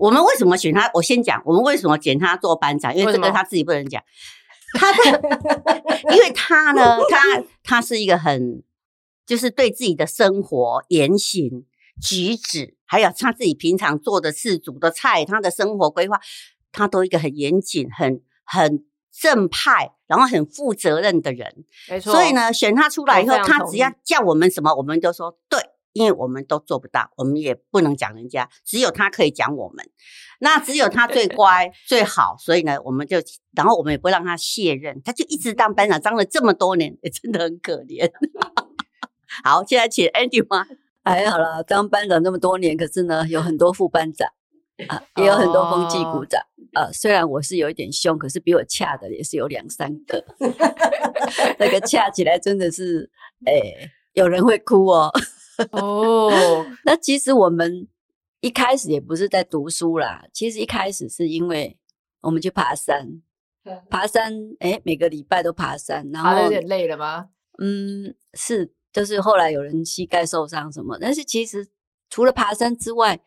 我们为什么选他？我先讲，我们为什么选他做班长，因为为这什么个他自己不能讲。他的，因为他呢，他他是一个很，就是对自己的生活言行举止，还有他自己平常做的事、煮的菜、他的生活规划，他都一个很严谨、很很正派，然后很负责任的人。没错。所以，呢，选他出来以我后，非常他同只意要叫我们什么，我们都说对，因为我们都做不到，我们也不能讲人家，只有他可以讲我们。那只有他最 [laughs] 乖最好，所以呢，我们就，然后我们也不让他卸任，他就一直当班长，当了这么多年，也真的很可 [laughs] 怜。好，现在请 Andy 吗？还好啦，当班长这么多年，可是呢，有很多副班长啊，也有很多风纪哦股长啊。虽然我是有一点凶，可是比我恰的也是有两三 [laughs] 个，那个恰起来真的是，哎、有人会哭哦。 [laughs] 哦，那其实我们一开始也不是在读书啦，其实一开始是因为我们去爬山，爬山，诶，每个礼拜都爬山，然爬的后有点累了吗？嗯，是，就是后来有人膝盖受伤什么，但是其实除了爬山之外，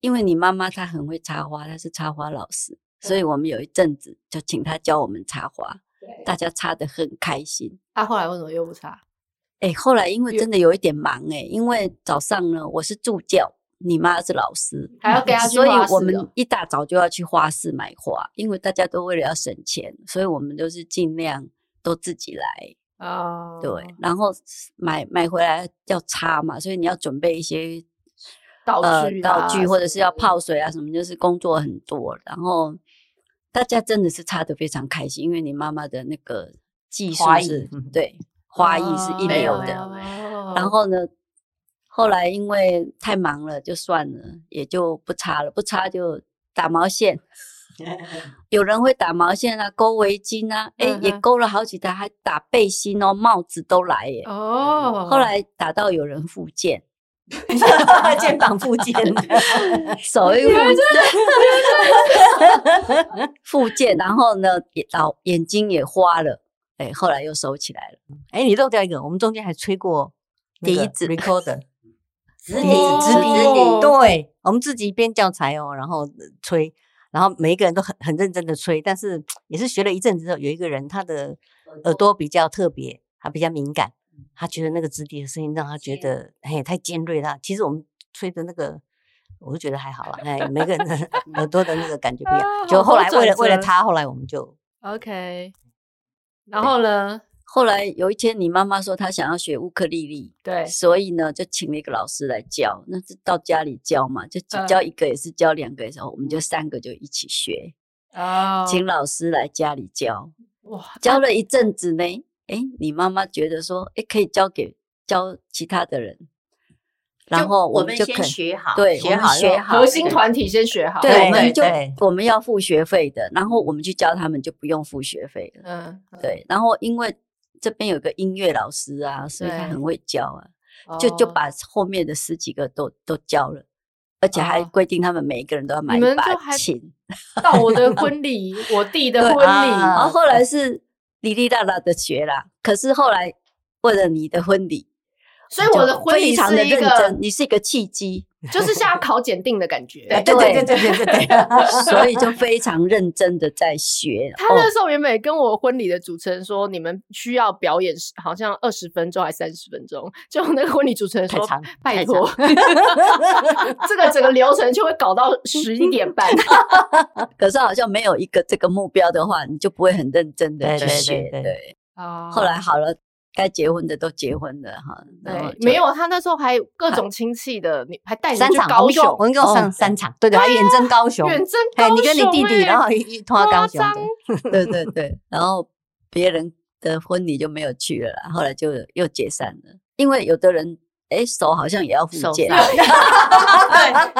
因为你妈妈她很会插花，她是插花老师，所以我们有一阵子就请她教我们插花，大家插的很开心。他、后来为什么又不差？哎、后来因为有真的有一点忙哎、因为早上呢我是助教，你妈是老师，还要给她去 [laughs] 所以花市我们哦一大早就要去花市买花，因为大家都为了要省钱，所以我们都是尽量都自己来。啊、对，然后买买回来要擦嘛，所以你要准备一些道呃具啊道具，或者是要什么的泡水啊什么，就是工作很多。然后大家真的是擦的非常开心，因为你妈妈的那个技术花艺是对花艺是一啊流嗯没的。有然后呢，后来因为太忙了，就算了，也就不擦了。不擦就打 [laughs] 毛线，有人会打毛线啊，勾围巾啊，哎、也嗯哼勾了好几条，还打背心哦，帽子都来耶。哦，后来打到有人复 [laughs] 健， [laughs] 肩膀附件，哎手一复健， [laughs] 复健，然后呢，也老眼睛也花了，哎、后来又收起来了。哎，你漏掉一个，我们中间还吹过那个笛子 [laughs] recorder，直笛，哦直笛，哦对，我们自己编教材哦，然后呃吹，然后每一个人都很很认真的吹，但是也是学了一阵子之后，有一个人他的耳朵比较特别，他比较敏感，他觉得那个直笛的声音让他觉嗯得嘿太尖锐了。其实我们吹的那个。我就觉得还好了，哎，每个人 [laughs] 的 [laughs] 耳朵的那个感觉不一样啊。就好后多来为了转为了折他，后来我们就 OK，然后呢？后来有一天，你妈妈说她想要学乌克丽丽，对，所以呢，就请了一个老师来教，那是到家里教嘛，就只嗯教一个也是教两个也是，我们就三个就一起学，哦，请老师来家里教，哇，教了一阵子呢，诶，你妈妈觉得说，诶，可以教给教其他的人，然后我们们就先肯学好，对学我们好学学好好，核心团体先学好，对，我们对就对我们要付学费的，然后我们去教他们就不用付学费了。嗯，对，然后因为这边有个音乐老师啊，所以他对很会教啊，就就哦把后面的十几个都都教了，而且还哦规定他们每一个人都要买你们就一把还琴。哦到我的婚礼，我弟的对婚啊礼，然后后来是哩哩啦啦的学啦，可是后来为了你的婚礼，所以我的就婚礼非常是的一认个真，你是一个契机，啊就是像要考检定的感觉。哎对对对对对对对， [laughs] 所以就非常认真的在学。哦他那时候原本也跟我婚礼的主持人说，你们需要表演是好像二十分钟还三十分钟，就那个婚礼主持人太说长，拜太托， [laughs] 这个整个流程就会搞到十一点半。哦， [laughs] 可是好像没有一个这个目标的话，你就不会很认真的对去对对学。对哦对。啊后来好了，该结婚的都结婚了哈。然后对，就没有他那时候还有各种亲戚的，你还带你三去场，我高们一雄，共我哦们一哦共上三场，对对，还远征高雄，远征高哎，雄、欸，你跟你弟弟，然 [laughs] 后一一通到高夸雄的，张 [laughs] 对对对，然后别人的婚礼就没有去了啦，后来就又解散了，因为有的人哎手好像也要复手健，伤哎 [laughs]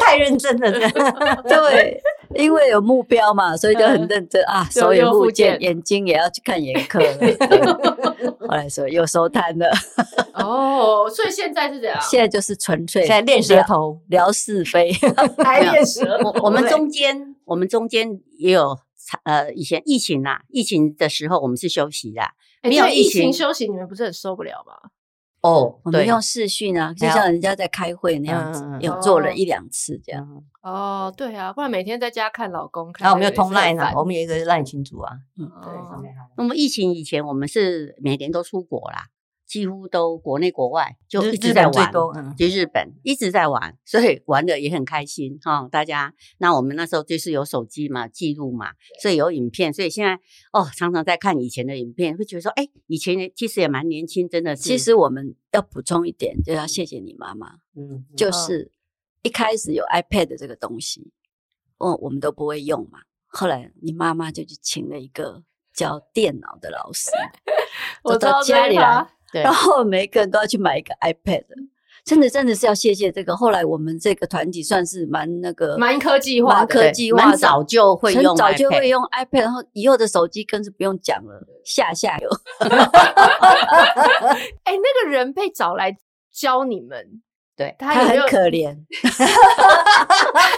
太认 [laughs] 真了，真的 [laughs] 对，因为有目标嘛，所以就很嗯认真啊，就手也又复复健，健眼睛也要去看眼科了。对后来说又收摊了，哦，所以现在是这样，现在就是纯粹现在练舌聊 [laughs] 头，聊是非， [laughs] 还练舌头，我我们中间，我们中间也有呃，以前疫情啦，疫情的时候我们是休息的哎没有对疫疫情休息，你们不是很受不了吗？哦我们对，用视讯啊，就聊像人家在开会那样子嗯嗯，嗯有做哦了一两次这样。哦，对啊，不然每天在家看老公，看然后我们到有也通是很 line 啊烦，哦我们有一个 line 群组啊，哦那么疫情以前我们是每年都出国啦，几乎都国内国外就日一直日在本最玩。多，嗯，去日本一直在玩，所以玩的也很开心哈、大家，那我们那时候就是有手机嘛，记录嘛，所以有影片，所以现在哦，常常在看以前的影片，会觉得说，哎，以前也其实也蛮年轻，真的是。其实我们要补充一点，就要谢谢你妈妈，嗯，嗯就是一开始有 iPad 这个东西，我我们都不会用嘛。后来你妈妈就去请了一个教电脑的老师，我啊知走道到这家一里趴来，对然后每个人都要去买一个 iPad，真的真的是要谢谢这个。后来我们这个团体算是蛮那个蛮科技化蛮的，欸科技化蛮的，早就会很用，早就会。用 iPad，然后以后的手机更是不用讲了，下下游。哎，那个人被找来教你们，对，他他有没很有可怜，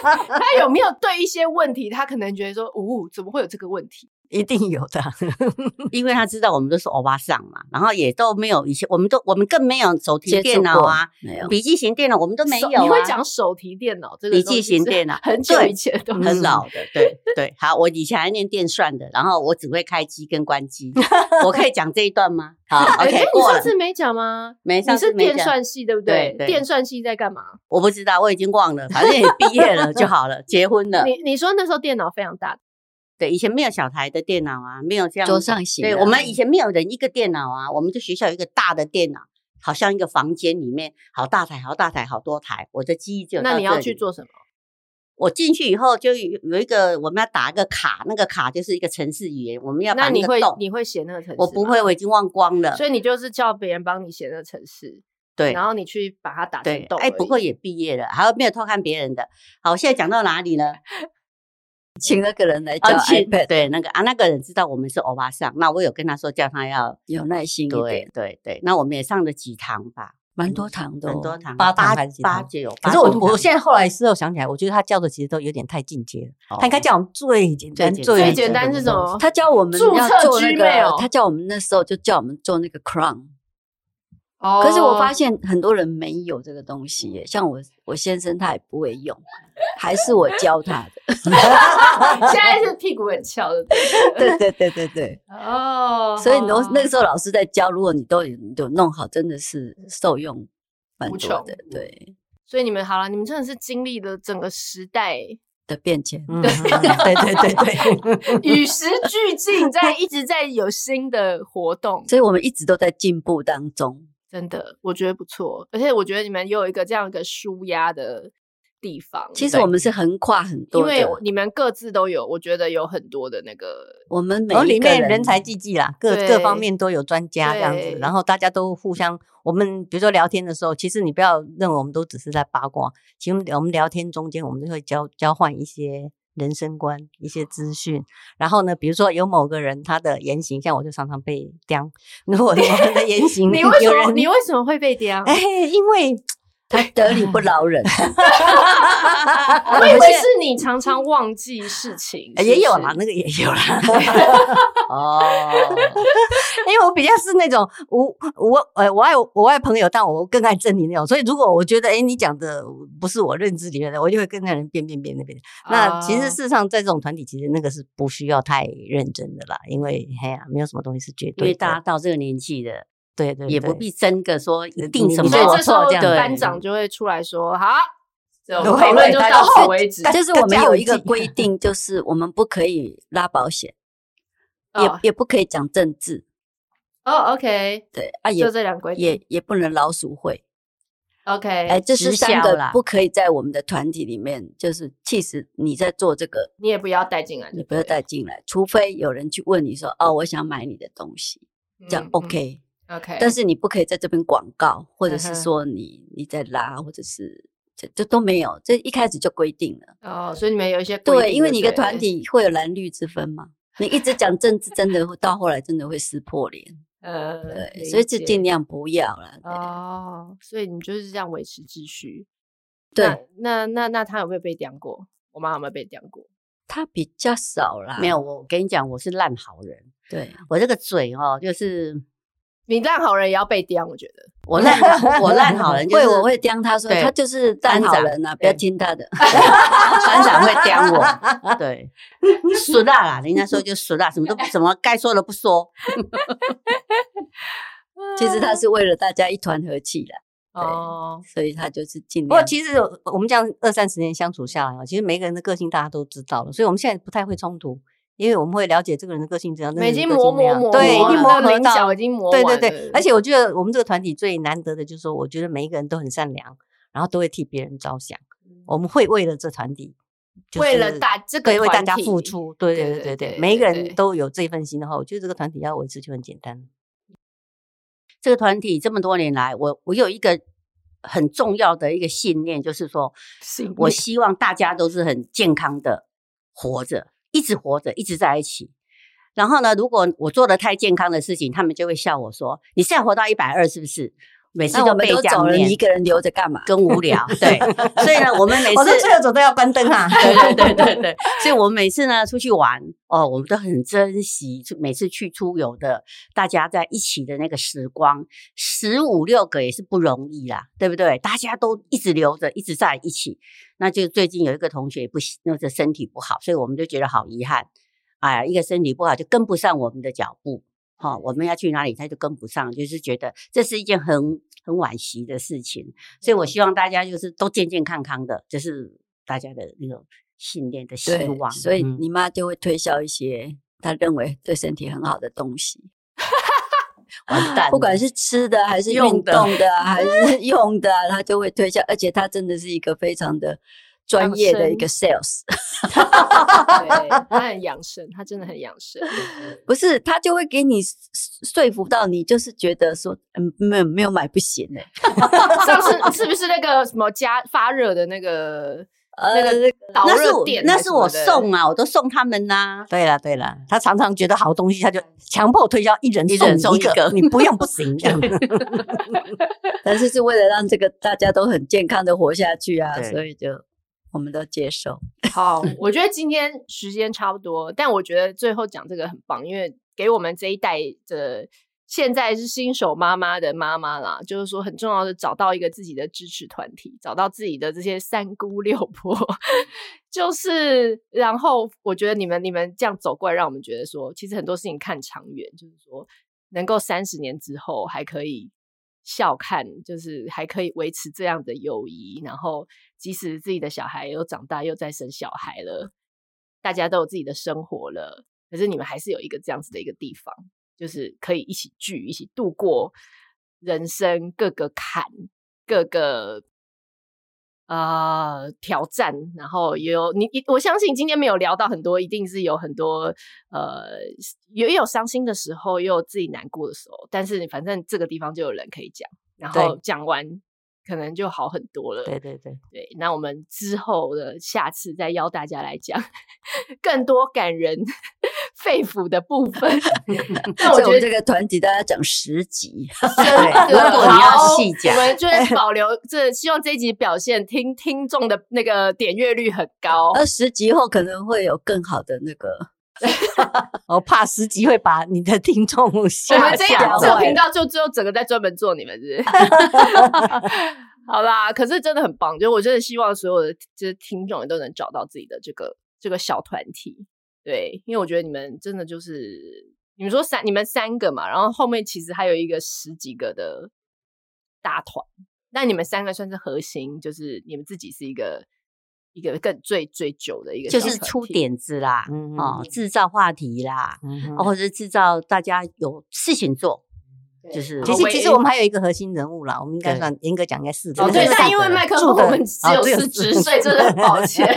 他有没有对一些问题，他可能觉得说，呜、怎么会有这个问题？一定有的。 [laughs] 因为他知道我们都是欧巴桑嘛，然后也都没有以前，我们都我们更没有手提接触电脑过嗯啊，没有笔记型电脑我们都没有、手啊。你会讲手提电脑这个笔记型电脑东西是 [laughs] 很久对以前的东西，很老的，对 [laughs] 对。好，我以前还念电算的，然后我只会开机跟 [laughs] 关机，我可以讲这一段吗？好哎。 ，OK，哎你过上了。次没讲吗？没你上是次没电讲算系对不对？对对电算系在干嘛？我不知道，我已经忘了，反正也毕业了 [laughs] 就好了，结婚了。你你说那时候电脑非常大，对，以前没有小台的电脑啊，没有这样桌上型的对，我们以前没有人一个电脑啊，我们就学校有一个大的电脑，好像一个房间里面好大台、好大台、好多台。我的记忆就有那到你要这去里做什么？我进去以后就有有一个，我们要打一个卡，那个卡就是一个城市语言，我们要那把那你个会洞。你会写那个程式？我不会，，我已经忘光了。所以你就是叫别人帮你写那个程式，对然后你去把它打成对洞。，哎，不过，也毕业了，还有没有偷看别人的？好，我现在讲到哪里呢？请那个人来教哦去 iPad，对那个啊，那个人知道我们是欧巴桑，那我有跟他说叫他要有耐心一对点，对对，那我们也上了几堂吧，蛮多堂的、哦，很多堂，八堂八还是几八堂就有八可堂。是我我现在后来事后想起来，我觉得他教的其实都有点太进阶了，哦他应该叫我们最简单、最简单最简单是什么？他教我们注要册做那个 Gmail，他叫我们那时候就叫我们做那个 crown，、哦可是我 [laughs] 发现很多人没有这个东西耶，像我我先生他也不会用，还是我教他的。现在是屁股很翘的。对对对对对，哦，所以你都那时候老师在教，如果你都有有弄好，真的是受用蛮无多穷嗯的，对所以你们好了，你们真的是经历了整个时代，的变迁。嗯， [laughs] 对对对 [laughs] 对，与时俱进，在一直在有新的活动，所以我们一直都在进步当中，真的我觉得不错。而且我觉得你们也有一个这样一个舒压的地方。其实我们是横跨很因多的，为我你们各自都有，我觉得有很多的那个我们每然后一里个面人人才济济啦，各对各方面都有专家这样对子，然后大家都互相，我们比如说聊天的时候，其实你不要认为我们都只是在八卦，其实我们聊天中间，我们就会交交换一些人生观、一些资讯。然后呢，比如说有某个人他的言行，像我就常常被刁，如果我们的言行你为什有么人你为什么会被刁？哎，因 [laughs] 为他得理不饶人，啊我以为是你常常嗯忘记事情，呃也有啦了，，那个也有啦。 [laughs] 哦，因为我比较是那种我我呃我爱我爱朋友，但我更爱真理那种。所以如果我觉得哎你讲的不是我认知里面的，我就会跟那人辩辩辩那边。那其实哦啊事实上在这种团体，其实那个是不需要太认真的啦，因为嘿呀、没有什么东西是绝因对为的。大家到这个年纪了，对对也不对必争个说一你定什么你所以对我这时候错这样对班长就会出来说：“好，这我们对讨论就对到对此为止。”就是我们有一个大家有 [laughs] 记规定，就是我们不可以拉保险，哦也也不可以讲政治，哦，OK，对啊，也就这两个规定也也不能老鼠会，哎， ，OK，这是直三销个啦不可以在我们的团体里面，就是即使你在做这个，你也不要带进来就对了，你不要带进来，除非有人去问你说，哦，我想买你的东西，嗯，这样 OK，嗯 OK，但是你不可以在这边广告，或者嗯是哼说你你在拉，或者是这这都没有，这一开始就规定了。哦，所以你们有一些规对，定因为你一就个对团了体会有蓝绿之分嘛，你一直讲政治，真的会到后来真的会撕破脸。呃，对，理所以就解尽量不要了。哦，所以你就是这样维持秩序。对，那那那那他有没有被刁过？我妈有没有被刁过？他比较少啦。没有。，我跟你讲，我是烂好人，对，我这个嘴哦，就是你烂好人也要被刁，我觉得。我烂好，我 [laughs] 烂好 [laughs] 人，就会是我会刁他说对他就是烂好班长人啊，不要对听他的。班长会刁 [laughs] 我，对，俗辣啦，人家说就俗辣，什么都不什么该说的不说，其实他是为了大家一团和气啦，哦，所以他就是尽不嗯过量。其实我我们这样二三十年相处下来啊，其实每个人的个性大家都知道了，所以我们现在不太会冲突，因为我们会了解这个人的个性怎样，那已个经人的个磨性磨那样磨，对，已经磨合啊棱到角已经磨对对完对了，而且我觉得我们这个团体最难得的就是说，我觉得每一个人都很善良，然后都会替别人着想，我们会为了这团体，就嗯是为了大这个对为大团家体付出，对对对对对对对对，每一个对对人都有这份心的话，我觉得这个团体要维持就很简单。这个团体这么多年来，我我有一个很重要的一个信念，就是说信我念希望大家都是很健康的活着，一直活着，一直在一起。然后呢，如果我做的太健康的事情，他们就会笑我说：“你是要活到一百二是不是？”每次那都我们被都这样走了，念你一个人留着干嘛？更无聊。对，所以呢，我们每我次说最后走都要关灯啊。对对对对对，所以我们每次呢出去玩哦，我们都很珍惜，就每次去出游的大家在一起的那个时光，十五六个也是不容易啦，对不对？大家都一直留着，一直在一起。那就最近有一个同学不行，那个身体不好，所以我们就觉得好遗憾。哎呀，一个身体不好就跟不上我们的脚步，好、我们要去哪里他就跟不上，就是觉得这是一件很很惋惜的事情。所以我希望大家就是都健健康康的，这、是大家的那种信念的希对望。，所以嗯你妈就会推销一些她认为对身体很好的东西，完蛋了，不管是吃的还是运用动的 [laughs] 的啊还是用的啊，她就会推销，而且她真的是一个非常的专业的一个 sales，对，[laughs] 他很养生，他真的很养生。不是她就会给你说服到你，就是觉得说嗯没有没有买不行哎、上次是不是那个什么加发热的那个呃那个导那是热我垫还那什是么我的送啊，我都送他们呐、对了对了，他常常觉得好东西，他就强迫推销一人一送人你送一一个个，你不用不 [laughs] 行这样子。但是是为了让这个大家都很健康的活下去啊，对所以就我们都接受。好，我觉得今天时间差不多，但我觉得最后讲这个很棒，因为给我们这一代的现在是新手妈妈的妈妈啦，就是说很重要的找到一个自己的支持团体，找到自己的这些三姑六婆， [laughs] 就是然后我觉得你们你们这样走过来，让我们觉得说，其实很多事情看长远，就是说能够三十年之后还可以笑看，就是还可以维持这样的友谊。然后，即使自己的小孩又长大，又再生小孩了，大家都有自己的生活了，可是你们还是有一个这样子的一个地方，就是可以一起聚，一起度过人生各个坎、各个呃挑战，然后也有你，我相信今天没有聊到很多，一定是有很多呃，也也有伤心的时候，也有自己难过的时候，但是反正这个地方就有人可以讲，然对后讲完可能就好很多了。对对对，对，那我们之后的下次再邀大家来讲 [laughs] 更多感人 [laughs] 肺腑的部分。 [laughs] 嗯那我所以我觉们得这个团体大家讲十集，真的，如果你要好细讲我们就是保留这，希望这一集表现听听众的那个点阅率很 [laughs] 高。那十集后可能会有更好的那个。我哦怕十集会把你的听 [laughs] 众 [laughs] 我吓啊们这一吓欸吓这个坏频了道就只有整个在专门做你们是不是 [laughs] 好啦，可是真的很棒，就我真的希望所有的就是听众也都能找到自己的这个这个小团体，对，因为我觉得你们真的就是你们说三你们三个嘛，然后后面其实还有一个十几个的大团，那你们三个算是核心，就是你们自己是一个一个更最最久的一个就小是团出体，点子啦，嗯哦，制造话题啦，哦，或者制造大家有事情做，就是其我实也其实我们还有一个核心人物啦，我们应该算严格讲应该四个。哦对，就但是三因为个麦克住风的我们只哦有只有四 [laughs] 十四岁，真的很抱歉。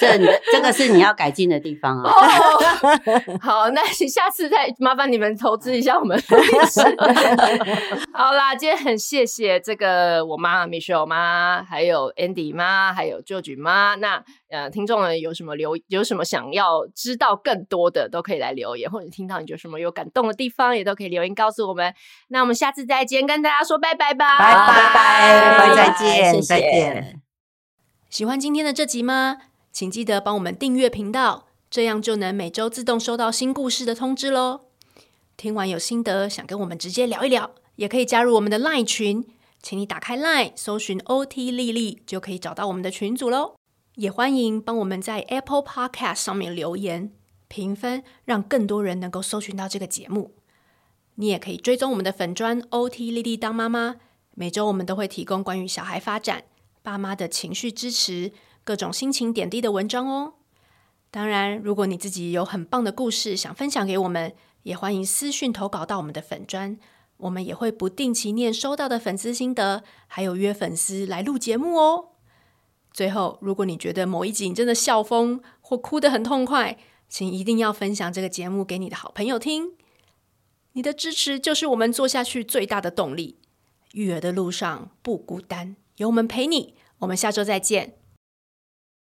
这你的这个是你要改进的地方 [laughs] 啊。哦， [laughs] 好，那下次再麻烦你们投资一下我们律师。 [laughs] 好啦，今天很谢谢这个我妈 Michelle 妈，还有 Andy 妈，还有 George 妈。那呃，听众们有什么留有什么想要知道更多的，都可以来留言，或者听到你有什么有感动的地方，也都可以留言告诉我们。那我们下次再见，跟大家说拜拜吧，拜拜拜拜，再谢见谢再见。喜欢今天的这集吗？请记得帮我们订阅频道，这样就能每周自动收到新故事的通知喽。听完有心得，想跟我们直接聊一聊，也可以加入我们的 LINE 群，请你打开 LINE 搜寻 OT 丽丽，就可以找到我们的群组喽。也欢迎帮我们在 Apple Podcast 上面留言评分，让更多人能够搜寻到这个节目。你也可以追踪我们的粉砖 OT 丽丽当妈妈，每周我们都会提供关于小孩发展、爸妈的情绪支持、各种心情点滴的文章哦。当然，如果你自己有很棒的故事想分享给我们，也欢迎私讯投稿到我们的粉砖，我们也会不定期念收到的粉丝心得，还有约粉丝来录节目哦。最后，如果你觉得某一集你真的笑疯或哭得很痛快，请一定要分享这个节目给你的好朋友听。你的支持就是我们做下去最大的动力。育儿的路上不孤单，有我们陪你。我们下周再见，